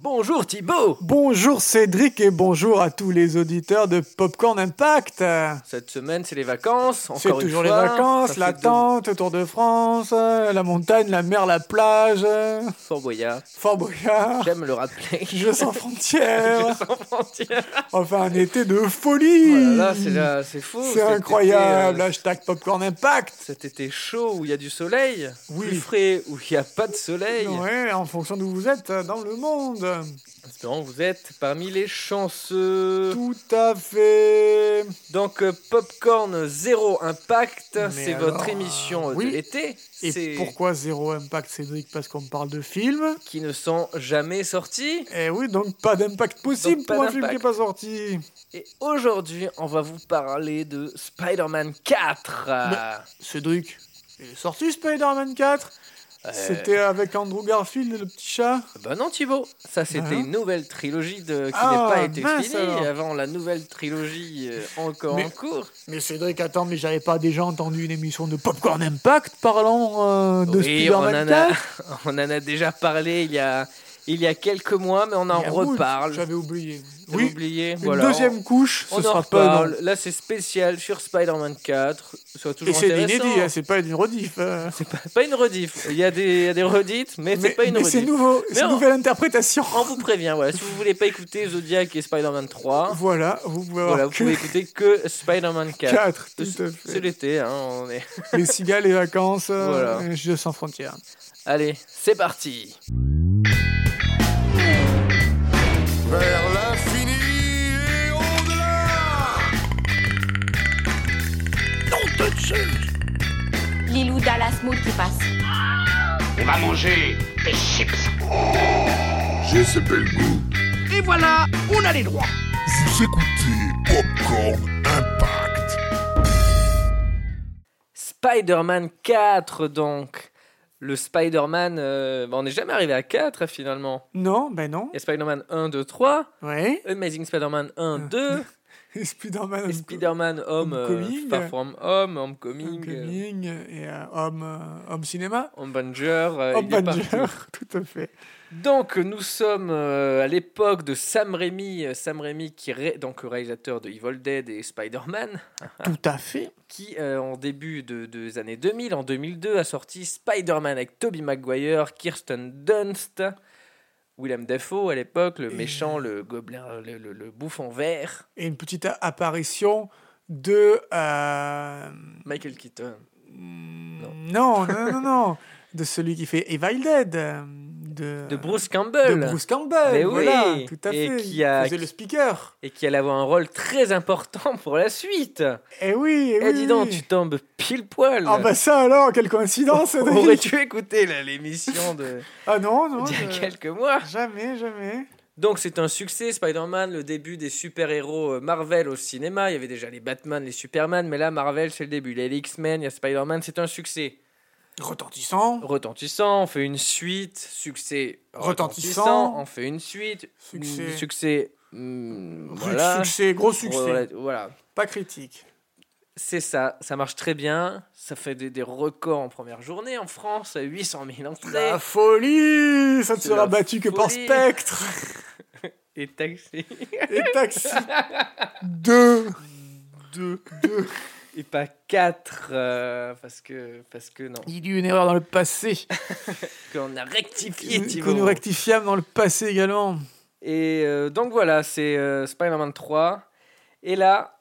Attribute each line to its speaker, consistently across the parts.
Speaker 1: Bonjour Thibaut
Speaker 2: Bonjour Cédric et bonjour à tous les auditeurs de Popcorn Impact.
Speaker 1: Cette semaine, c'est les vacances.
Speaker 2: C'est
Speaker 1: Encore une
Speaker 2: toujours les
Speaker 1: fois.
Speaker 2: vacances,
Speaker 1: Ça
Speaker 2: la
Speaker 1: fait deux-
Speaker 2: tente, Tour de France, euh, la montagne, la mer, la plage, euh,
Speaker 1: Fort Boyard.
Speaker 2: Fort Boyard,
Speaker 1: J'aime le rappeler.
Speaker 2: Jeux sans frontières.
Speaker 1: Sans frontières.
Speaker 2: Enfin, un été de
Speaker 1: Oh
Speaker 2: folie.
Speaker 1: là là, c'est là, c'est fou.
Speaker 2: C'est
Speaker 1: cet
Speaker 2: incroyable.
Speaker 1: été, euh,
Speaker 2: Hashtag Popcorn Impact.
Speaker 1: Cet été chaud où il y a du soleil,
Speaker 2: Oui.
Speaker 1: plus frais où il n'y a pas de soleil.
Speaker 2: Ouais, en fonction d'où vous êtes euh, dans le monde.
Speaker 1: Espérons que vous êtes parmi les chanceux.
Speaker 2: Tout à fait.
Speaker 1: Donc euh, Popcorn Zéro Impact,
Speaker 2: Mais
Speaker 1: c'est
Speaker 2: alors,
Speaker 1: votre émission
Speaker 2: euh,
Speaker 1: de
Speaker 2: oui.
Speaker 1: l'été.
Speaker 2: Et
Speaker 1: C'est
Speaker 2: pourquoi zéro impact, Cédric Parce qu'on parle de films.
Speaker 1: qui ne sont jamais sortis.
Speaker 2: Eh oui, donc pas d'impact possible
Speaker 1: Donc pas
Speaker 2: pour un film qui n'est
Speaker 1: d'impact.
Speaker 2: pas sorti.
Speaker 1: Et aujourd'hui, on va vous parler de Spider-Man 4.
Speaker 2: Cédric, il est sorti Spider-Man 4
Speaker 1: Euh,
Speaker 2: C'était avec Andrew Garfield, le petit chat
Speaker 1: Bah non, Thibaut. Ça, c'était
Speaker 2: Hein
Speaker 1: une nouvelle trilogie de... qui
Speaker 2: Ah,
Speaker 1: n'a pas été
Speaker 2: mince,
Speaker 1: finie
Speaker 2: alors.
Speaker 1: avant la nouvelle trilogie euh, encore
Speaker 2: Mais-
Speaker 1: en cours.
Speaker 2: Mais Cédric, attends, mais j'avais pas déjà entendu une émission de Popcorn Impact parlant euh, de
Speaker 1: Oui, on en,
Speaker 2: Spider-Man 4
Speaker 1: a, on en a déjà parlé il y a, il y a quelques mois, mais on en
Speaker 2: Il y a Woods,
Speaker 1: reparle.
Speaker 2: J'avais oublié.
Speaker 1: J'ai
Speaker 2: Oui,
Speaker 1: oublié.
Speaker 2: une
Speaker 1: voilà,
Speaker 2: deuxième couche,
Speaker 1: on,
Speaker 2: ce
Speaker 1: on en
Speaker 2: sera pas...
Speaker 1: reparle. Là, c'est spécial sur Spider-Man 4. Ce sera
Speaker 2: Et
Speaker 1: toujours
Speaker 2: c'est
Speaker 1: intéressant.
Speaker 2: l'inédit, hein, c'est pas une rediff. euh.
Speaker 1: C'est pas, pas une rediff. Il y a des, il y a des redites, mais, c'est pas une
Speaker 2: mais c'est
Speaker 1: rediff.
Speaker 2: nouveau, c'est
Speaker 1: on-
Speaker 2: une nouvelle interprétation.
Speaker 1: On vous prévient, voilà. Si vous voulez pas écouter Zodiac et Spider-Man 3,
Speaker 2: Voilà, vous pouvez avoir
Speaker 1: hein. voilà, vous
Speaker 2: que
Speaker 1: pouvez écouter que Spider-Man 4.
Speaker 2: 4, tout à
Speaker 1: C'est c'est
Speaker 2: fait.
Speaker 1: l'été, hein, on est.
Speaker 2: Les cigales, les vacances, euh,
Speaker 1: Voilà.
Speaker 2: Jeux sans frontières.
Speaker 1: Allez, c'est parti.
Speaker 3: vers l'infini et au-delà.
Speaker 4: Lilou Dallas Mood qui passe.
Speaker 5: On va manger des chips.
Speaker 3: J'ai ce bel goût.
Speaker 5: Et voilà, on a les droits.
Speaker 3: Vous écoutez Popcorn Impact.
Speaker 1: Spider-Man 4, donc. Le Spider-Man. euh, bah, on n'est jamais arrivé à 4 hein, finalement.
Speaker 2: Non, ben non.
Speaker 1: Il y a Spider-Man 1, 2, 3.
Speaker 2: Ouais.
Speaker 1: Amazing Spider-man 1,
Speaker 2: Ah,
Speaker 1: 2.
Speaker 2: Et Spider-Man.
Speaker 1: et Spider-Man Home. euh,
Speaker 2: Homecoming.
Speaker 1: Far From Home, Homecoming. euh,
Speaker 2: Homecoming et euh, Homme, euh, Homme Cinéma.
Speaker 1: Hombanger. euh,
Speaker 2: Homme
Speaker 1: il est partout.
Speaker 2: Avenger, tout à fait.
Speaker 1: Donc, nous sommes euh, à l'époque de Sam Raimi. euh, Sam Raimi, qui est donc réalisateur de Evil Dead et Spider-Man.
Speaker 2: Tout à fait.
Speaker 1: qui, euh, en début de- des années 2000, en 2002, a sorti Spider-Man avec Tobey Maguire, Kirsten Dunst, Willem Dafoe à l'époque, le
Speaker 2: Et-
Speaker 1: méchant, le gobelin, le, le- le bouffon vert,
Speaker 2: Et une petite a- apparition de. euh,
Speaker 1: Michael Keaton.
Speaker 2: Non, non, non, non. de celui qui fait Evil Dead. euh, De,
Speaker 1: De Bruce
Speaker 2: de
Speaker 1: Campbell.
Speaker 2: Bruce Campbell.
Speaker 1: Mais oui,
Speaker 2: voilà, tout à
Speaker 1: et
Speaker 2: fait.
Speaker 1: qui
Speaker 2: Il
Speaker 1: a-
Speaker 2: faisait le speaker.
Speaker 1: Et qui allait avoir un rôle très important pour la suite.
Speaker 2: Eh oui, eh
Speaker 1: Eh
Speaker 2: oui.
Speaker 1: dis donc,
Speaker 2: oui.
Speaker 1: tu tombes pile poil.
Speaker 2: Ah bah ça alors, quelle coïncidence.
Speaker 1: Oh,
Speaker 2: Cédric.
Speaker 1: Aurais-tu écouté là, l'émission de-
Speaker 2: ah non, non.
Speaker 1: d'il y a
Speaker 2: je-
Speaker 1: quelques mois
Speaker 2: Jamais, jamais.
Speaker 1: Donc c'est un succès, Spider-Man, le début des super-héros euh, Marvel au cinéma. Il y avait déjà les Batman, les Superman, mais là Marvel c'est le début. Il y a les X-Men, il y a Spider-Man, c'est un succès.
Speaker 2: Retentissant.
Speaker 1: Retentissant, on fait une suite, succès
Speaker 2: Retentissant.
Speaker 1: on fait une suite,
Speaker 2: Succès.
Speaker 1: mm, succès, mm,
Speaker 2: Rude
Speaker 1: voilà.
Speaker 2: Succès, gros succès.
Speaker 1: Voilà, voilà.
Speaker 2: Pas critique.
Speaker 1: c'est ça, ça marche très bien, ça fait des, des records en première journée en France, 800 000 entrées,
Speaker 2: La folie Ça ne
Speaker 1: C'est
Speaker 2: sera
Speaker 1: la
Speaker 2: battu que par
Speaker 1: folie.
Speaker 2: Spectre
Speaker 1: et taxi,
Speaker 2: et Taxi 2
Speaker 1: deux, et pas quatre, euh, parce que, parce que non.
Speaker 2: Il y a eu une erreur dans le passé,
Speaker 1: qu'on a rectifié,
Speaker 2: que
Speaker 1: Thibaut.
Speaker 2: nous rectifiâmes dans le passé également.
Speaker 1: Et euh, donc voilà, c'est euh, Spider-Man 3. Et là,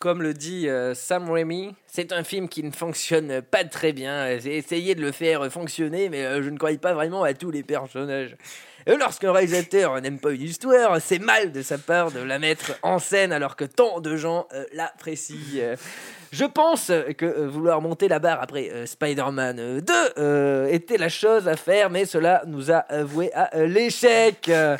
Speaker 1: comme le dit euh, Sam Raimi, c'est un film qui ne fonctionne pas très bien. J'ai essayé de le faire fonctionner, mais euh, je ne croyais pas vraiment à tous les personnages. Et Lorsqu'un réalisateur n'aime pas une histoire, c'est mal de sa part de la mettre en scène alors que tant de gens euh, l'apprécient. Euh, Je pense que euh, vouloir monter la barre après euh, Spider-Man euh, 2 euh, était la chose à faire, mais cela nous a avoué à euh, l'échec. Euh,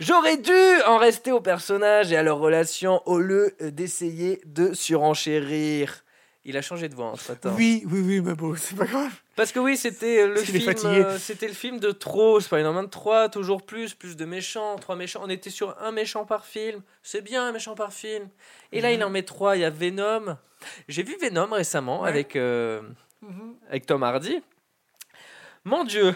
Speaker 1: J'aurais dû en rester aux personnages et à leurs relations au lieu euh, d'essayer de surenchérir. Il a changé de voix en ce matin.
Speaker 2: Oui, oui, oui, mais bon, c'est pas grave.
Speaker 1: Parce que oui, c'était euh, le
Speaker 2: Parce qu'il est
Speaker 1: film.
Speaker 2: fatigué.
Speaker 1: euh, C'était le film de trop. Spider-Man 3, toujours plus, plus de méchants, trois méchants. On était sur un méchant par film. C'est bien un méchant par film. Et
Speaker 2: Mhm.
Speaker 1: là, il en met trois. Il y a Venom. J'ai vu Venom récemment
Speaker 2: Ouais.
Speaker 1: avec, euh, avec Tom Hardy. Mon Dieu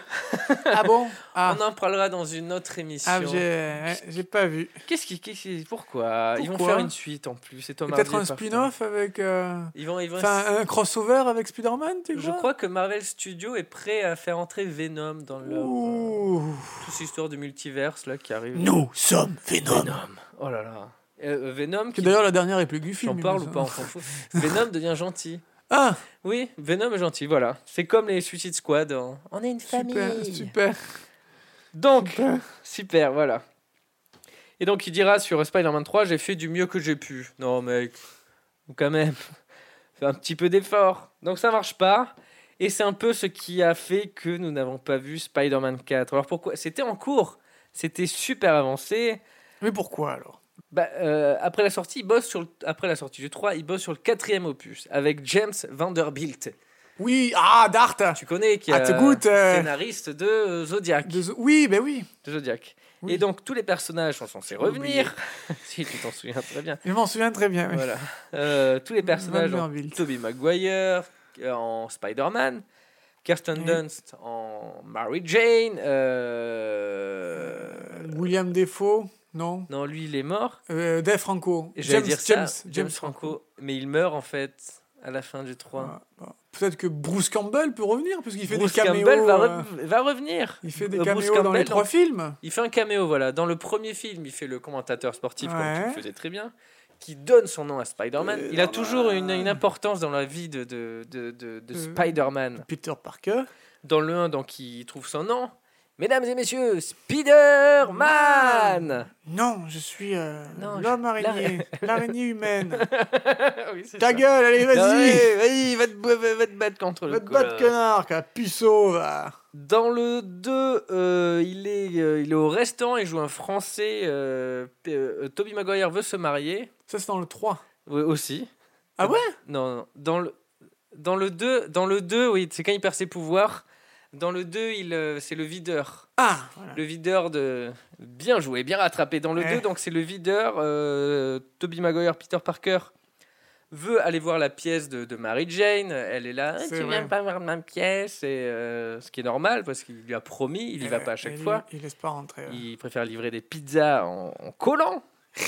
Speaker 2: Ah bon Ah,
Speaker 1: On en parlera dans une autre émission.
Speaker 2: Ah, j'ai ouais, j'ai pas vu.
Speaker 1: Qu'est-ce qui, qu'est-ce qui- pourquoi, Ils vont
Speaker 2: Pourquoi
Speaker 1: faire une suite en plus. C'est Thomas.
Speaker 2: Peut-être un spin-off avec. euh,
Speaker 1: Ils vont, ils vont.
Speaker 2: Enfin, un crossover avec Spider-Man, tu
Speaker 1: je
Speaker 2: vois
Speaker 1: crois que Marvel Studios est prêt à faire entrer Venom dans leur euh,
Speaker 2: Ouh.
Speaker 1: toute cette histoire de multiverse là qui arrive.
Speaker 2: Nous sommes Venom.
Speaker 1: Venom. Oh là là. Euh, Venom.
Speaker 2: Que
Speaker 1: Qui...
Speaker 2: d'ailleurs la dernière est plus goofy.
Speaker 1: J'en
Speaker 2: mais
Speaker 1: parle ou
Speaker 2: bon, ça-
Speaker 1: pas, on s'en fout. Venom devient gentil.
Speaker 2: Ah,
Speaker 1: Oui, Venom est gentil, voilà. C'est comme les Suicide Squad. hein. On est une famille.
Speaker 2: super, super.
Speaker 1: Donc, super. voilà. Et donc, il dira sur Spider-Man 3, j'ai fait du mieux que j'ai pu. Non, mec, quand même, fais un petit peu d'effort. Donc, ça marche pas. Et c'est un peu ce qui a fait que nous n'avons pas vu Spider-Man 4. Alors, pourquoi C'était en cours. C'était super avancé.
Speaker 2: Mais pourquoi alors
Speaker 1: Bah, euh, après la sortie, il bosse sur le- après la sortie du 3, il bosse sur le quatrième opus avec James Vanderbilt.
Speaker 2: Oui, ah, Dart
Speaker 1: Tu connais qui est
Speaker 2: Ah, te goûte euh,
Speaker 1: scénariste de euh, Zodiac.
Speaker 2: de zo- Oui, ben oui.
Speaker 1: de Zodiac.
Speaker 2: Oui.
Speaker 1: Et donc tous les personnages sont censés
Speaker 2: Oublié.
Speaker 1: revenir. si tu t'en souviens très bien.
Speaker 2: Je m'en souviens très bien. oui.
Speaker 1: Voilà. Euh, tous les personnages en
Speaker 2: Vanderbilt.
Speaker 1: Tobey Maguire, euh, en Spider-Man, Kirsten
Speaker 2: Oui.
Speaker 1: Dunst en Mary Jane. euh,
Speaker 2: William Defoe, non
Speaker 1: Non, lui il est mort.
Speaker 2: euh, Dave Franco.
Speaker 1: Et J'allais
Speaker 2: James,
Speaker 1: dire
Speaker 2: James,
Speaker 1: ça, James, Franco. mais il meurt en fait à la fin du 3.
Speaker 2: Ouais, bah, Peut-être que Bruce Campbell peut revenir, puisqu'il fait
Speaker 1: Bruce
Speaker 2: des caméos.
Speaker 1: Campbell va,
Speaker 2: euh,
Speaker 1: re- va revenir.
Speaker 2: Il fait des
Speaker 1: Euh, Bruce
Speaker 2: caméos dans les
Speaker 1: Campbell,
Speaker 2: trois films.
Speaker 1: Il fait un caméo, voilà. Dans le premier film, il fait le commentateur sportif, comme tu le
Speaker 2: Ouais. Euh,
Speaker 1: faisais très bien, qui donne son nom à Spider-Man. Il a
Speaker 2: Spider-Man.
Speaker 1: toujours une, une importance dans la vie de, de, de, de- de
Speaker 2: Euh.
Speaker 1: Spider-Man.
Speaker 2: Peter Parker.
Speaker 1: Dans le 1, donc, il trouve son nom. Mesdames et messieurs, Spider-Man
Speaker 2: Non, je suis euh,
Speaker 1: Non, je-
Speaker 2: l'homme araignée, l'araignée humaine.
Speaker 1: Oui, c'est
Speaker 2: Ta
Speaker 1: ça.
Speaker 2: gueule, allez,
Speaker 1: Non,
Speaker 2: vas-y
Speaker 1: ouais, vas-y, va te, bo- va- va te battre contre le
Speaker 2: Va te
Speaker 1: col.
Speaker 2: battre, connard, quoi, puceau, va
Speaker 1: Dans le 2, euh, il, est, euh, il est au restaurant, il joue un Français. euh, euh, Toby Maguire veut se marier.
Speaker 2: Ça, c'est dans le 3.
Speaker 1: Oui, aussi.
Speaker 2: Ah ouais
Speaker 1: Non, non. Dans le, dans le 2, dans le 2 oui, c'est quand il perd ses pouvoirs. Dans le 2, il, euh, c'est le videur.
Speaker 2: Ah voilà.
Speaker 1: Le videur de... Bien joué, bien rattrapé. Dans le 2,
Speaker 2: Ouais.
Speaker 1: donc c'est le videur. Euh, Toby Maguire, Peter Parker veut aller voir la pièce de, de Mary Jane. Elle est là. Ah,
Speaker 2: C'est
Speaker 1: tu viens
Speaker 2: vrai.
Speaker 1: pas voir ma pièce. Et, euh, ce qui est normal parce qu'il lui a promis, il y va
Speaker 2: Euh,
Speaker 1: pas à chaque
Speaker 2: il-
Speaker 1: fois.
Speaker 2: Il laisse pas rentrer. hein. ouais.
Speaker 1: Il préfère livrer des pizzas en, en collant.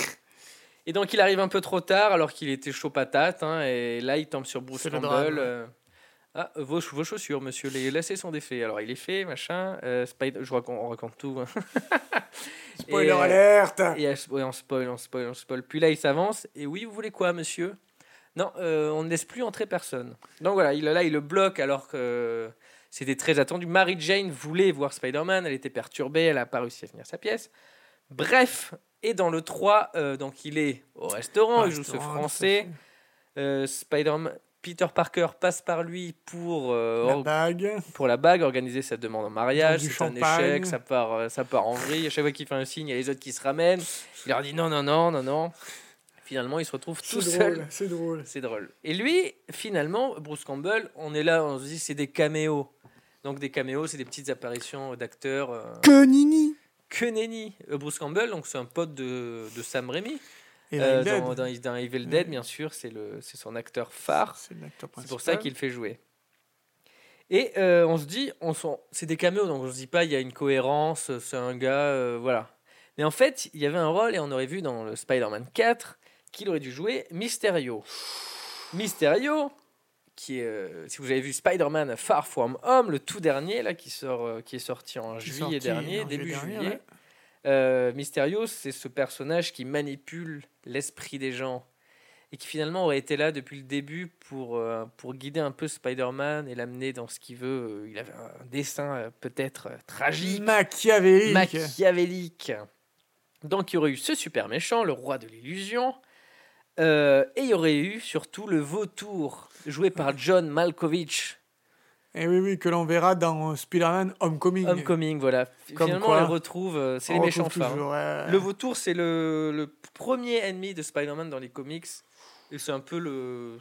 Speaker 1: Et donc il arrive un peu trop tard alors qu'il était chaud patate. hein, et là il tombe sur Bruce
Speaker 2: C'est le
Speaker 1: Campbell.
Speaker 2: drame, ouais.
Speaker 1: euh, ah, vos, chau- vos chaussures, monsieur, les lacets sont défaits. Alors il est fait, machin. euh, Spider- je raconte, on raconte tout. hein.
Speaker 2: Spoiler
Speaker 1: et, euh,
Speaker 2: alerte
Speaker 1: Et euh, ouais, on spoil, on spoil, on spoil. Puis là il s'avance. Et oui, vous voulez quoi, monsieur Non, euh, on ne laisse plus entrer personne. Donc voilà, il, là il le bloque alors que c'était très attendu. Mary Jane voulait voir Spider-Man, elle était perturbée, elle n'a pas réussi à finir sa pièce. Bref, et dans le 3, euh, donc il est au restaurant, il joue ce
Speaker 2: Restaurant,
Speaker 1: français. Euh, Spider-Man, Peter Parker passe par lui pour, euh,
Speaker 2: La
Speaker 1: or-
Speaker 2: bague.
Speaker 1: pour la bague, organiser sa demande en mariage.
Speaker 2: Du
Speaker 1: C'est un
Speaker 2: champagne.
Speaker 1: échec, ça part, euh, ça part en vrille. À chaque fois qu'il fait un signe, il y a les autres qui se ramènent. Il leur dit non, non, non, non, non. Finalement, il se retrouve tout
Speaker 2: C'est
Speaker 1: seul
Speaker 2: drôle, c'est drôle.
Speaker 1: c'est drôle. Et lui, finalement, Bruce Campbell, on est là, on se dit c'est des caméos. Donc des caméos, c'est des petites apparitions d'acteurs. euh,
Speaker 2: Que nini
Speaker 1: que nenni Euh, Bruce Campbell, donc c'est un pote de, de Sam Raimi.
Speaker 2: Et
Speaker 1: Euh,
Speaker 2: Evil Dead.
Speaker 1: dans, dans- dans Evil Dead, bien sûr, c'est le- c'est son acteur phare.
Speaker 2: C'est l'acteur
Speaker 1: C'est
Speaker 2: principal.
Speaker 1: pour ça qu'il le fait jouer. Et euh, on se dit, on s'en- c'est des caméos, donc on se dit pas, il y a une cohérence, c'est un gars, euh, voilà. Mais en fait, il y avait un rôle, et on aurait vu dans le Spider-Man 4, qu'il aurait dû jouer Mysterio. Mysterio, qui est, euh, si vous avez vu Spider-Man Far From Home, le tout dernier, là, qui, sort, euh, qui est sorti en
Speaker 2: Qui est
Speaker 1: juillet
Speaker 2: sorti
Speaker 1: dernier,
Speaker 2: en juillet
Speaker 1: début
Speaker 2: dernier,
Speaker 1: juillet,
Speaker 2: ouais.
Speaker 1: euh, Mysterio, c'est ce personnage qui manipule l'esprit des gens et qui finalement aurait été là depuis le début pour, euh, pour guider un peu Spider-Man et l'amener dans ce qu'il veut. Euh, Il avait un dessin euh, peut-être euh, tragique,
Speaker 2: Machiavelli.
Speaker 1: machiavélique. Donc il y aurait eu ce super méchant, le roi de l'illusion, euh, et il y aurait eu surtout le vautour, joué par John Malkovich.
Speaker 2: Et Eh oui, oui, que l'on verra dans euh, Spider-Man Homecoming.
Speaker 1: Homecoming, voilà.
Speaker 2: Comme
Speaker 1: finalement,
Speaker 2: quoi,
Speaker 1: on les retrouve, euh, c'est
Speaker 2: On
Speaker 1: les méchants
Speaker 2: retrouve
Speaker 1: phares.
Speaker 2: toujours, ouais.
Speaker 1: Le vautour, c'est le, le premier ennemi de Spider-Man dans les comics. Et c'est un peu le.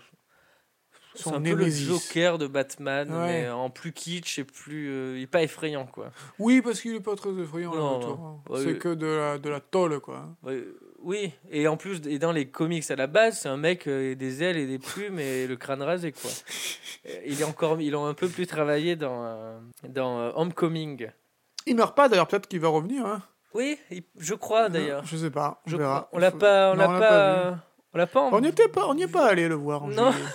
Speaker 1: C'est
Speaker 2: Son
Speaker 1: un peu le
Speaker 2: némésis.
Speaker 1: Joker de Batman,
Speaker 2: Ouais.
Speaker 1: mais en plus kitsch et plus. euh, il est pas effrayant, quoi.
Speaker 2: Oui, parce qu'il est pas très effrayant, le
Speaker 1: Non,
Speaker 2: retour. hein.
Speaker 1: ouais,
Speaker 2: C'est
Speaker 1: oui.
Speaker 2: que de la, de la tôle, quoi.
Speaker 1: Ouais, Oui, et en plus, et dans les comics à la base, c'est un mec euh, des ailes et des plumes et le crâne rasé, quoi. Euh, Il est encore, ils l'ont un peu plus travaillé dans, euh, dans euh, Homecoming.
Speaker 2: Il meurt pas d'ailleurs, peut-être qu'il va revenir. Hein.
Speaker 1: Oui, il- je crois d'ailleurs.
Speaker 2: Je sais pas. On
Speaker 1: Je
Speaker 2: verra.
Speaker 1: crois. On l'a
Speaker 2: Faut-
Speaker 1: pas, on
Speaker 2: Non,
Speaker 1: l'a
Speaker 2: vu.
Speaker 1: pas, on l'a pas. en-
Speaker 2: On n'y était pas, on n'y est pas allé le voir. en
Speaker 1: Non.
Speaker 2: juillet.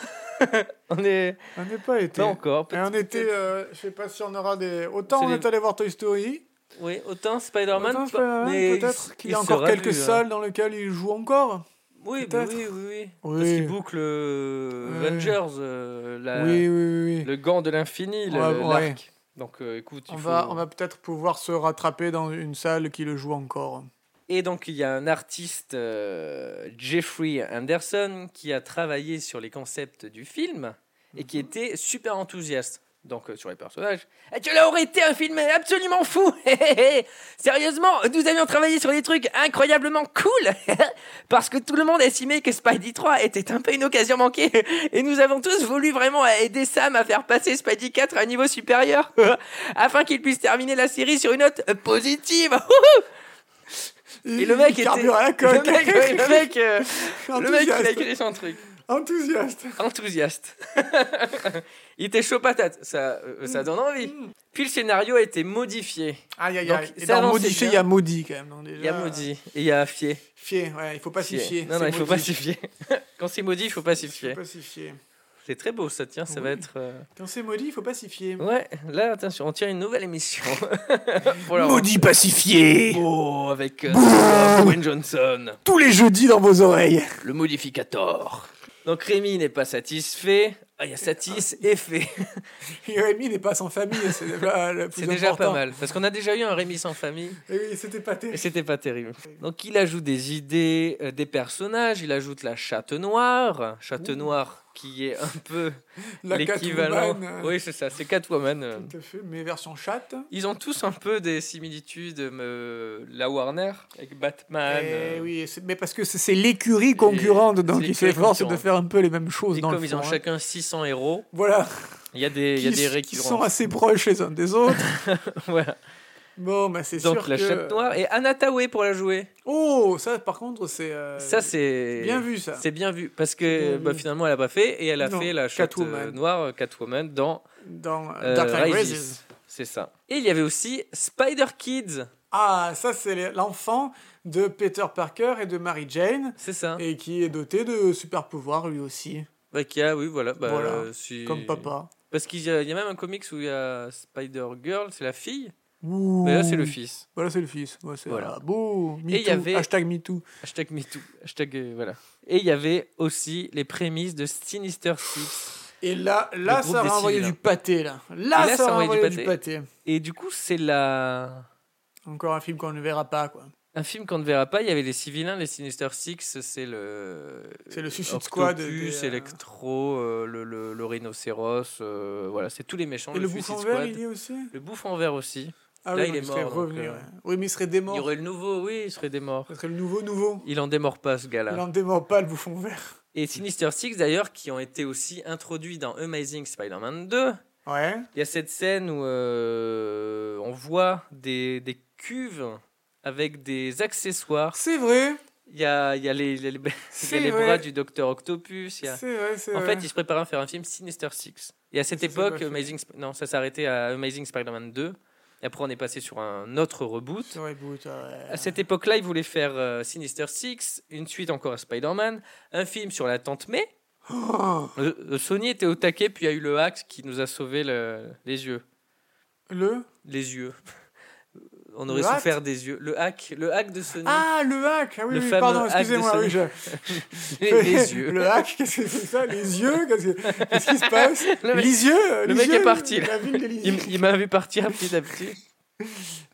Speaker 1: On est
Speaker 2: on n'y est pas été.
Speaker 1: pas encore.
Speaker 2: Et
Speaker 1: peut-être-
Speaker 2: on était, euh, je sais pas si on aura des. Autant
Speaker 1: C'est
Speaker 2: on
Speaker 1: les-
Speaker 2: est allé voir Toy Story.
Speaker 1: Oui, autant Spider-Man,
Speaker 2: autant
Speaker 1: pas-
Speaker 2: Spider-Man,
Speaker 1: mais il-
Speaker 2: peut-être qu'il y
Speaker 1: il
Speaker 2: a encore
Speaker 1: sera
Speaker 2: quelques
Speaker 1: plus, hein.
Speaker 2: salles dans lesquelles il joue encore.
Speaker 1: Oui, bah
Speaker 2: peut-être.
Speaker 1: oui, oui, oui.
Speaker 2: Oui.
Speaker 1: Parce qu'il boucle euh,
Speaker 2: Ouais.
Speaker 1: Avengers, euh, la-
Speaker 2: oui, oui, oui. oui.
Speaker 1: le gant de l'infini, le-
Speaker 2: Ouais, ouais.
Speaker 1: l'arc. Donc euh, écoute, il
Speaker 2: On
Speaker 1: faut-
Speaker 2: va, on va peut-être pouvoir se rattraper dans une salle qui le joue encore.
Speaker 1: Et donc, il y a un artiste, euh, Jeffrey Anderson, qui a travaillé sur les concepts du film et qui était super enthousiaste. Donc, euh, sur les personnages. Et cela aurait été un film absolument fou! Hé, hé, hé Sérieusement, nous avions travaillé sur des trucs incroyablement cool! Parce que tout le monde estimait que Spidey 3 était un peu une occasion manquée. Et nous avons tous voulu vraiment aider Sam à faire passer Spidey 4 à un niveau supérieur. Afin qu'il puisse terminer la série sur une note positive!
Speaker 2: Il,
Speaker 1: Et le mec
Speaker 2: il
Speaker 1: était.
Speaker 2: carbure à la coque.
Speaker 1: Le mec, ouais, le mec, euh, le mec, il a
Speaker 2: enthousiaste.
Speaker 1: écrit son truc.
Speaker 2: enthousiaste.
Speaker 1: Enthousiaste. il était chaud patate. Ça, euh, ça donne envie. Puis le scénario a été modifié.
Speaker 2: Aïe, aïe,
Speaker 1: Donc,
Speaker 2: aïe. Et
Speaker 1: ça
Speaker 2: dans
Speaker 1: avance,
Speaker 2: modifié,
Speaker 1: c'est
Speaker 2: il y a maudit quand même. donc déjà,
Speaker 1: Il y a maudit et il y a fier.
Speaker 2: Fier, ouais, il faut pas s'y
Speaker 1: Fier.
Speaker 2: fier.
Speaker 1: Non,
Speaker 2: c'est
Speaker 1: non, il faut
Speaker 2: maudit.
Speaker 1: pas s'y fier. Quand c'est maudit, il faut pas s'y
Speaker 2: Il
Speaker 1: fier.
Speaker 2: faut pas s'y fier.
Speaker 1: C'est très beau, ça tient. Ça va
Speaker 2: Oui.
Speaker 1: être. euh,
Speaker 2: Quand c'est maudit, il faut pas s'y fier.
Speaker 1: Ouais, là, attention, on tient une nouvelle émission. Pour la
Speaker 2: Maudit pacifié
Speaker 1: Oh, avec euh, Sacha Owen Johnson.
Speaker 2: Tous les jeudis dans vos oreilles
Speaker 1: Le modificator. Donc Rémi n'est pas satisfait. Ah, il y a Satis et fait.
Speaker 2: Rémi n'est pas sans famille, c'est déjà le plus
Speaker 1: C'est déjà
Speaker 2: important.
Speaker 1: pas mal. Parce qu'on a déjà eu un Rémi sans famille
Speaker 2: Et oui, c'était pas
Speaker 1: et
Speaker 2: terrible.
Speaker 1: c'était pas terrible. Donc il ajoute des idées, euh, des personnages. Il ajoute la chatte noire. Chatte noire qui est un peu
Speaker 2: La
Speaker 1: l'équivalent.
Speaker 2: Catwoman, euh,
Speaker 1: Oui, c'est ça, c'est Catwoman. euh.
Speaker 2: Tout à fait, mais version chatte.
Speaker 1: Ils ont tous un peu des similitudes. euh, la Warner avec Batman.
Speaker 2: Eh
Speaker 1: euh,
Speaker 2: oui, c'est- mais parce que c'est c'est l'écurie concurrente,
Speaker 1: c'est
Speaker 2: donc
Speaker 1: l'écurie
Speaker 2: ils s'efforcent de
Speaker 1: concurrente.
Speaker 2: faire un peu les mêmes choses
Speaker 1: Et
Speaker 2: dans
Speaker 1: comme
Speaker 2: le
Speaker 1: ils
Speaker 2: fond.
Speaker 1: ont
Speaker 2: hein.
Speaker 1: chacun 600 héros,
Speaker 2: Voilà,
Speaker 1: il y a des, il y a
Speaker 2: qui,
Speaker 1: des
Speaker 2: s- qui sont
Speaker 1: récurrences.
Speaker 2: assez proches les uns des autres.
Speaker 1: Voilà.
Speaker 2: Bon, bah c'est sûr
Speaker 1: Donc la
Speaker 2: que...
Speaker 1: chatte noire et Anna Tawai pour la jouer.
Speaker 2: Oh, ça par contre, c'est... euh,
Speaker 1: ça c'est
Speaker 2: Bien vu, ça.
Speaker 1: C'est bien vu parce que
Speaker 2: bien
Speaker 1: bah,
Speaker 2: vu.
Speaker 1: finalement elle a pas fait et elle a
Speaker 2: Non,
Speaker 1: fait la chatte
Speaker 2: Catwoman.
Speaker 1: euh, noire euh, Catwoman dans
Speaker 2: Dans euh,
Speaker 1: euh,
Speaker 2: Dark Knight
Speaker 1: Rises.
Speaker 2: Rises.
Speaker 1: C'est ça. Et il y avait aussi Spider Kids.
Speaker 2: Ah, ça c'est les- l'enfant de Peter Parker et de Mary Jane,
Speaker 1: C'est ça.
Speaker 2: et qui est doté de super pouvoirs lui aussi,
Speaker 1: Bah, qui a- oui voilà. bah,
Speaker 2: Voilà,
Speaker 1: euh, si-
Speaker 2: comme papa.
Speaker 1: Parce qu'il y, a il y a même un comics où il y a Spider Girl, c'est la fille.
Speaker 2: Ouh.
Speaker 1: Mais là c'est le fils.
Speaker 2: Voilà, c'est le fils. Ouais, c'est
Speaker 1: Voilà.
Speaker 2: voilà. beau.
Speaker 1: Et il y
Speaker 2: MeToo.
Speaker 1: avait-
Speaker 2: Hashtag MeToo.
Speaker 1: Hashtag MeToo. Hashtag euh, voilà. Et il y avait aussi les prémices de Sinister Six.
Speaker 2: Et là, là
Speaker 1: Le groupe
Speaker 2: ça
Speaker 1: des hein.
Speaker 2: va envoyer
Speaker 1: signes,
Speaker 2: du pâté, là. Là,
Speaker 1: Et là,
Speaker 2: ça va envoyer du pâté.
Speaker 1: Et du coup c'est la
Speaker 2: Encore un film qu'on ne verra pas, quoi.
Speaker 1: Un film qu'on ne verra pas, il y avait les Civilins, les Sinister Six, c'est le.
Speaker 2: C'est le Suicide Squad
Speaker 1: Octopus,
Speaker 2: des, euh,
Speaker 1: Electro, euh, le, le- le rhinocéros, euh, voilà, c'est tous les méchants.
Speaker 2: Et le
Speaker 1: Suicide
Speaker 2: bouffon vert,
Speaker 1: Squad.
Speaker 2: il y est aussi
Speaker 1: Le bouffon vert aussi.
Speaker 2: Ah
Speaker 1: Là,
Speaker 2: oui,
Speaker 1: il
Speaker 2: mais
Speaker 1: est
Speaker 2: serait
Speaker 1: mort, donc,
Speaker 2: revenu,
Speaker 1: euh,
Speaker 2: ouais. Oui, mais il serait démort.
Speaker 1: Il y aurait le nouveau, oui, il serait des morts.
Speaker 2: Ce serait le nouveau nouveau.
Speaker 1: Il en démord pas, ce
Speaker 2: Il
Speaker 1: gars-là.
Speaker 2: n'en démord pas, le bouffon vert.
Speaker 1: Et Sinister Six, d'ailleurs, qui ont été aussi introduits dans Amazing Spider-Man 2.
Speaker 2: Ouais.
Speaker 1: Il y a cette scène où euh, on voit des, des cuves avec des accessoires.
Speaker 2: C'est vrai.
Speaker 1: Il y a, il y a les, les- les- il y a
Speaker 2: C'est
Speaker 1: les
Speaker 2: vrai.
Speaker 1: bras du Docteur Octopus. il y a-
Speaker 2: C'est vrai, c'est
Speaker 1: En
Speaker 2: vrai.
Speaker 1: fait, ils se préparaient à faire un film Sinister Six. Et à cette
Speaker 2: Euh. Ça, c'est pas
Speaker 1: époque,
Speaker 2: fait.
Speaker 1: Amazing Sp- non, ça s'arrêtait à Amazing Spider-Man 2. Et après, on est passé sur un autre reboot.
Speaker 2: C'est vrai, bout, ouais.
Speaker 1: À cette époque-là, ils voulaient faire euh, Sinister Six, une suite encore à Spider-Man, un film sur la tante May.
Speaker 2: Oh
Speaker 1: Le- le Sony était au taquet, puis il y a eu le hack qui nous a sauvé le- les yeux.
Speaker 2: le.
Speaker 1: Les yeux. On aurait
Speaker 2: Le hack
Speaker 1: souffert des yeux. Le hack, le hack de Sony.
Speaker 2: Ah, le hack Ah oui,
Speaker 1: Le
Speaker 2: oui
Speaker 1: fameux
Speaker 2: pardon,
Speaker 1: hack de
Speaker 2: excusez-moi. Oui,
Speaker 1: Sony.
Speaker 2: je-
Speaker 1: les, les yeux.
Speaker 2: le hack, qu'est-ce que c'est ça Les yeux Qu'est-ce que- qu'est-ce qui se passe
Speaker 1: Le mec-
Speaker 2: Lisieux
Speaker 1: le
Speaker 2: Lisieux,
Speaker 1: mec est parti, là.
Speaker 2: La ville des
Speaker 1: Il,
Speaker 2: Lisieux.
Speaker 1: il m'a vu partir petit à petit.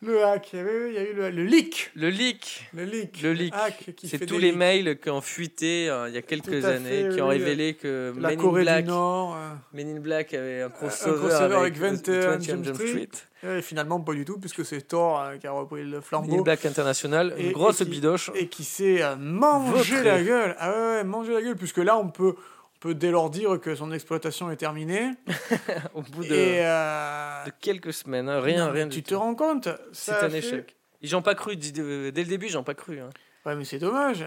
Speaker 2: Le hack, Eh oui, oui, il y a eu le, le leak.
Speaker 1: Le leak.
Speaker 2: Le leak.
Speaker 1: Le leak.
Speaker 2: hack qui
Speaker 1: C'est
Speaker 2: fait
Speaker 1: tous
Speaker 2: des
Speaker 1: les
Speaker 2: leaks.
Speaker 1: mails qui ont fuité euh, il y a quelques
Speaker 2: Tout à fait,
Speaker 1: années, qui
Speaker 2: oui,
Speaker 1: ont
Speaker 2: oui,
Speaker 1: révélé que
Speaker 2: La
Speaker 1: Men, in
Speaker 2: Corée
Speaker 1: Black,
Speaker 2: du Nord. euh.
Speaker 1: Men in Black avait un crossover,
Speaker 2: crossover
Speaker 1: avec,
Speaker 2: avec
Speaker 1: The
Speaker 2: 21
Speaker 1: 20th
Speaker 2: Jump
Speaker 1: Jump
Speaker 2: Street.
Speaker 1: Street.
Speaker 2: euh, Et finalement, pas du tout, puisque c'est Thor euh, qui a repris le
Speaker 1: Men in
Speaker 2: flambeau.
Speaker 1: Black International, une
Speaker 2: Et-
Speaker 1: grosse
Speaker 2: et qui-
Speaker 1: bidoche.
Speaker 2: Et qui s'est euh, mangé
Speaker 1: Vautré.
Speaker 2: la gueule. Ah ouais, ouais, mangé la gueule, puisque là, on peut, on peut dès lors dire que son exploitation est terminée.
Speaker 1: Au bout de,
Speaker 2: Et. euh,
Speaker 1: de quelques semaines, hein, rien,
Speaker 2: non,
Speaker 1: rien
Speaker 2: Tu
Speaker 1: du
Speaker 2: te
Speaker 1: tout.
Speaker 2: rends compte
Speaker 1: C'est
Speaker 2: Ça a
Speaker 1: un
Speaker 2: fait-
Speaker 1: échec. Ils ont pas cru, dis- euh, dès le début, j'en pas cru. hein.
Speaker 2: Ouais, mais c'est dommage.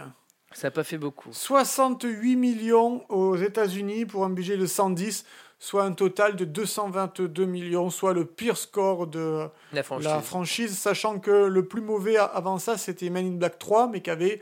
Speaker 1: Ça n'a pas fait beaucoup.
Speaker 2: 68 millions aux États-Unis pour un budget de 110, soit un total de 222 millions, soit le pire score de
Speaker 1: La franchise.
Speaker 2: la franchise, sachant que le plus mauvais a- avant ça, c'était Men in Black 3, mais qui avait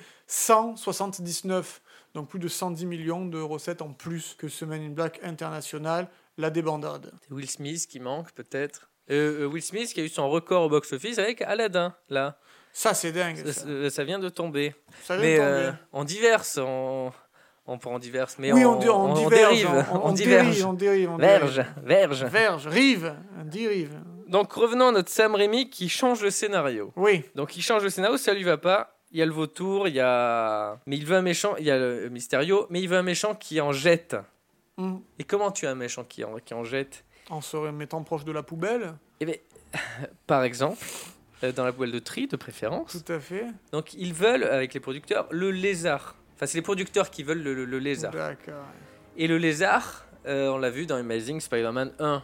Speaker 2: 179, donc plus de 110 millions de recettes en plus que ce Men in Black international, la débandade.
Speaker 1: C'est Will Smith qui manque, peut-être. Euh, euh, Will Smith qui a eu son record au box-office avec Aladdin, là.
Speaker 2: Ça, c'est dingue.
Speaker 1: Ça,
Speaker 2: Ça,
Speaker 1: ça vient de tomber.
Speaker 2: Ça vient de
Speaker 1: mais
Speaker 2: tomber.
Speaker 1: euh, en diverse, on... on pas en diverse, mais
Speaker 2: oui,
Speaker 1: on,
Speaker 2: on, di- on
Speaker 1: on- on
Speaker 2: diverge,
Speaker 1: dérive,
Speaker 2: on, on
Speaker 1: on
Speaker 2: dérive,
Speaker 1: diverge.
Speaker 2: on dérive, on dérive.
Speaker 1: Verge, verge.
Speaker 2: Verge, rive, on dérive.
Speaker 1: Donc revenons à notre Sam Raimi qui change le scénario.
Speaker 2: Oui,
Speaker 1: Donc il change le scénario, ça lui va pas. Il y a le vautour, il y a. Mais il veut un méchant, il y a le Mysterio, mais il veut un méchant qui en jette.
Speaker 2: Mm.
Speaker 1: Et comment tu as un méchant qui en, qui en jette
Speaker 2: en se mettant proche de la poubelle,
Speaker 1: Par exemple, euh, dans la poêle de tri de préférence.
Speaker 2: tout à fait.
Speaker 1: Donc ils veulent, avec les producteurs, le lézard. Enfin, c'est les producteurs qui veulent le, le- le lézard.
Speaker 2: D'accord.
Speaker 1: Et le lézard, euh, on l'a vu dans Amazing Spider-Man 1.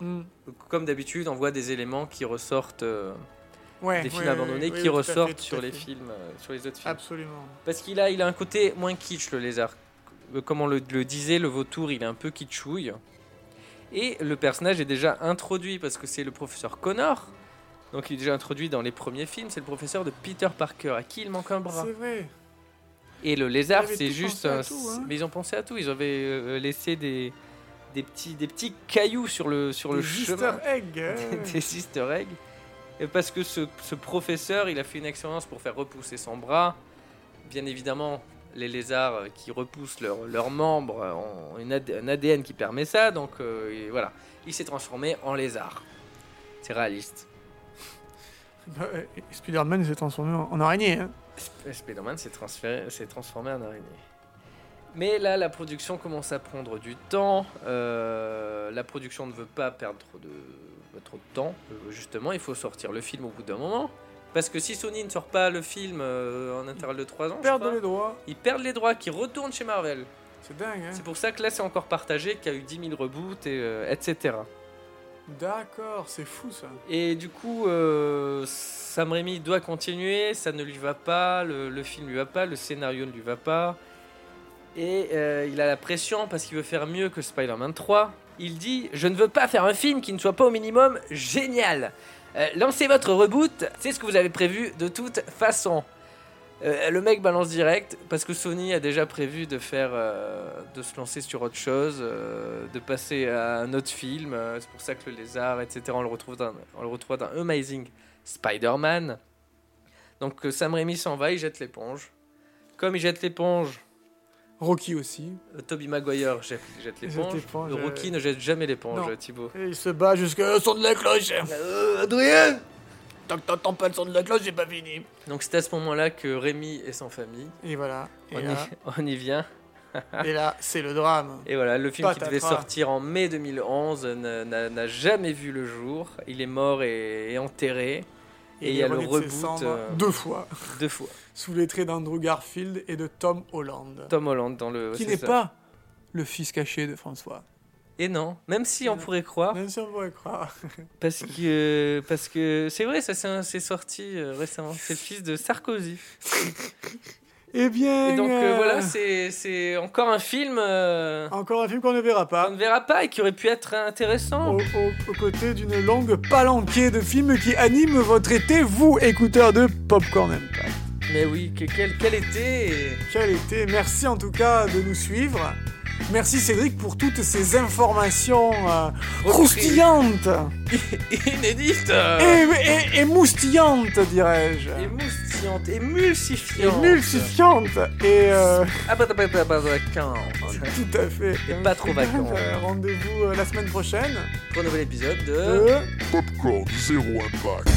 Speaker 2: Mm.
Speaker 1: Comme d'habitude, on voit des éléments qui ressortent, euh,
Speaker 2: Ouais,
Speaker 1: des films
Speaker 2: ouais,
Speaker 1: abandonnés,
Speaker 2: ouais, ouais,
Speaker 1: qui
Speaker 2: tout à fait,
Speaker 1: ressortent
Speaker 2: tout à
Speaker 1: sur les
Speaker 2: fait. Ah.
Speaker 1: films, euh, sur les autres films.
Speaker 2: Absolument.
Speaker 1: Parce qu'il a, il a un côté moins kitsch, le lézard. Euh, Comme on le, le disait, le vautour, il est un peu kitschouille. Et le personnage est déjà introduit, parce que c'est le professeur Connor. Donc il est déjà introduit dans les premiers films, c'est le professeur de Peter Parker, à qui il manque un bras.
Speaker 2: C'est vrai.
Speaker 1: Et le lézard,
Speaker 2: Ils avaient
Speaker 1: c'est
Speaker 2: tout
Speaker 1: juste
Speaker 2: pensé à
Speaker 1: un-
Speaker 2: tout, hein.
Speaker 1: Mais ils ont pensé à tout, ils avaient euh, laissé des, des, petits, des petits cailloux sur le, sur le
Speaker 2: Des
Speaker 1: chemin.
Speaker 2: Easter egg.
Speaker 1: Des-
Speaker 2: hein.
Speaker 1: des easter eggs. Et parce que ce, ce professeur, il a fait une expérience pour faire repousser son bras. Bien évidemment, les lézards euh, qui repoussent leurs leurs membres euh, ont une AD un ADN qui permet ça. Donc euh, et voilà, il s'est transformé en lézard. C'est réaliste.
Speaker 2: Bah, euh, Spider-Man s'est transformé en en araignée. hein.
Speaker 1: Sp- Spider-Man s'est transféré- s'est transformé en araignée. Mais là, la production commence à prendre du temps. Euh, la production ne veut pas perdre trop de, trop de temps. Euh, justement, il faut sortir le film au bout d'un moment. Parce que si Sony ne sort pas le film euh, en intervalle de 3 ans, je
Speaker 2: Perdre
Speaker 1: crois,
Speaker 2: les droits.
Speaker 1: ils perdent les droits qui retournent chez Marvel.
Speaker 2: C'est dingue. hein.
Speaker 1: C'est pour ça que là, c'est encore partagé, qu'il y a eu 10 000 reboots, et, euh, etc.
Speaker 2: D'accord, c'est fou ça.
Speaker 1: Et du coup, euh, Sam Raimi doit continuer, ça ne lui va pas, le, le film lui va pas, le scénario ne lui va pas. Et euh, il a la pression parce qu'il veut faire mieux que Spider-Man 3. Il dit Je ne veux pas faire un film qui ne soit pas au minimum génial. Euh, lancez votre reboot, c'est ce que vous avez prévu de toute façon. Euh, le mec balance direct parce que Sony a déjà prévu de faire, euh, de se lancer sur autre chose, euh, de passer à un autre film. euh, c'est pour ça que le lézard, etc. On le retrouve dans, on le retrouve dans Amazing Spider-Man. Donc euh, Sam Raimi s'en va, il jette l'éponge. Comme il jette l'éponge,
Speaker 2: Rocky aussi.
Speaker 1: Toby Tobey Maguire jette, jette
Speaker 2: Il jette
Speaker 1: l'éponge.
Speaker 2: l'éponge,
Speaker 1: Le
Speaker 2: euh,
Speaker 1: Rocky ne jette jamais l'éponge,
Speaker 2: non.
Speaker 1: Thibaut.
Speaker 2: Et il se bat jusqu'au son de la cloche. Euh, Adrien Tant que t'entends pas le son de la cloche, j'ai pas fini.
Speaker 1: Donc c'est à ce moment-là que Rémi et sans famille,
Speaker 2: Et voilà.
Speaker 1: on,
Speaker 2: Et là,
Speaker 1: y, on y vient.
Speaker 2: et là, c'est le drame.
Speaker 1: Et voilà, le film qui
Speaker 2: Patatras.
Speaker 1: devait sortir en mai 2011 n'a- n'a n'a jamais vu le jour. Il est mort et, et enterré Et il y a le
Speaker 2: est remis de ses
Speaker 1: reboot,
Speaker 2: cendres
Speaker 1: euh,
Speaker 2: Deux fois.
Speaker 1: deux fois.
Speaker 2: Sous les traits d'Andrew Garfield et de Tom Holland.
Speaker 1: Tom Holland dans le.
Speaker 2: qui
Speaker 1: c'est
Speaker 2: n'est
Speaker 1: ça.
Speaker 2: pas le fils caché de François.
Speaker 1: Et non, même si on
Speaker 2: Non.
Speaker 1: pourrait croire,
Speaker 2: Même si on pourrait croire.
Speaker 1: parce que parce que c'est vrai, ça c'est un- c'est sorti euh, récemment. C'est le fils de Sarkozy.
Speaker 2: Eh bien.
Speaker 1: Et donc euh,
Speaker 2: euh,
Speaker 1: voilà, c'est c'est encore un film euh,
Speaker 2: Encore un film qu'on ne verra
Speaker 1: qu'on
Speaker 2: pas.
Speaker 1: ne verra pas et qui aurait pu être intéressant.
Speaker 2: Au, au- aux côtés d'une longue palanquée de films qui animent votre été, vous, écouteurs de Popcorn Impact.
Speaker 1: Mais oui, que, quel quel était et-
Speaker 2: Quel été Merci en tout cas de nous suivre. Merci Cédric pour toutes ces informations euh, croustillantes
Speaker 1: Euh. inédite
Speaker 2: et,
Speaker 1: euh,
Speaker 2: et- et moustillantes, dirais-je.
Speaker 1: et moustillante, et
Speaker 2: Et
Speaker 1: mulsifiante.
Speaker 2: multifiantes. Et. euh,
Speaker 1: Ah bah, bah, bah, bah, bah, vacances.
Speaker 2: tout à fait.
Speaker 1: Et pas trop vacances.
Speaker 2: Euh, Rendez-vous euh, la semaine prochaine.
Speaker 1: Pour un nouvel épisode de...
Speaker 2: Euh,
Speaker 3: Popcorn zéro impact.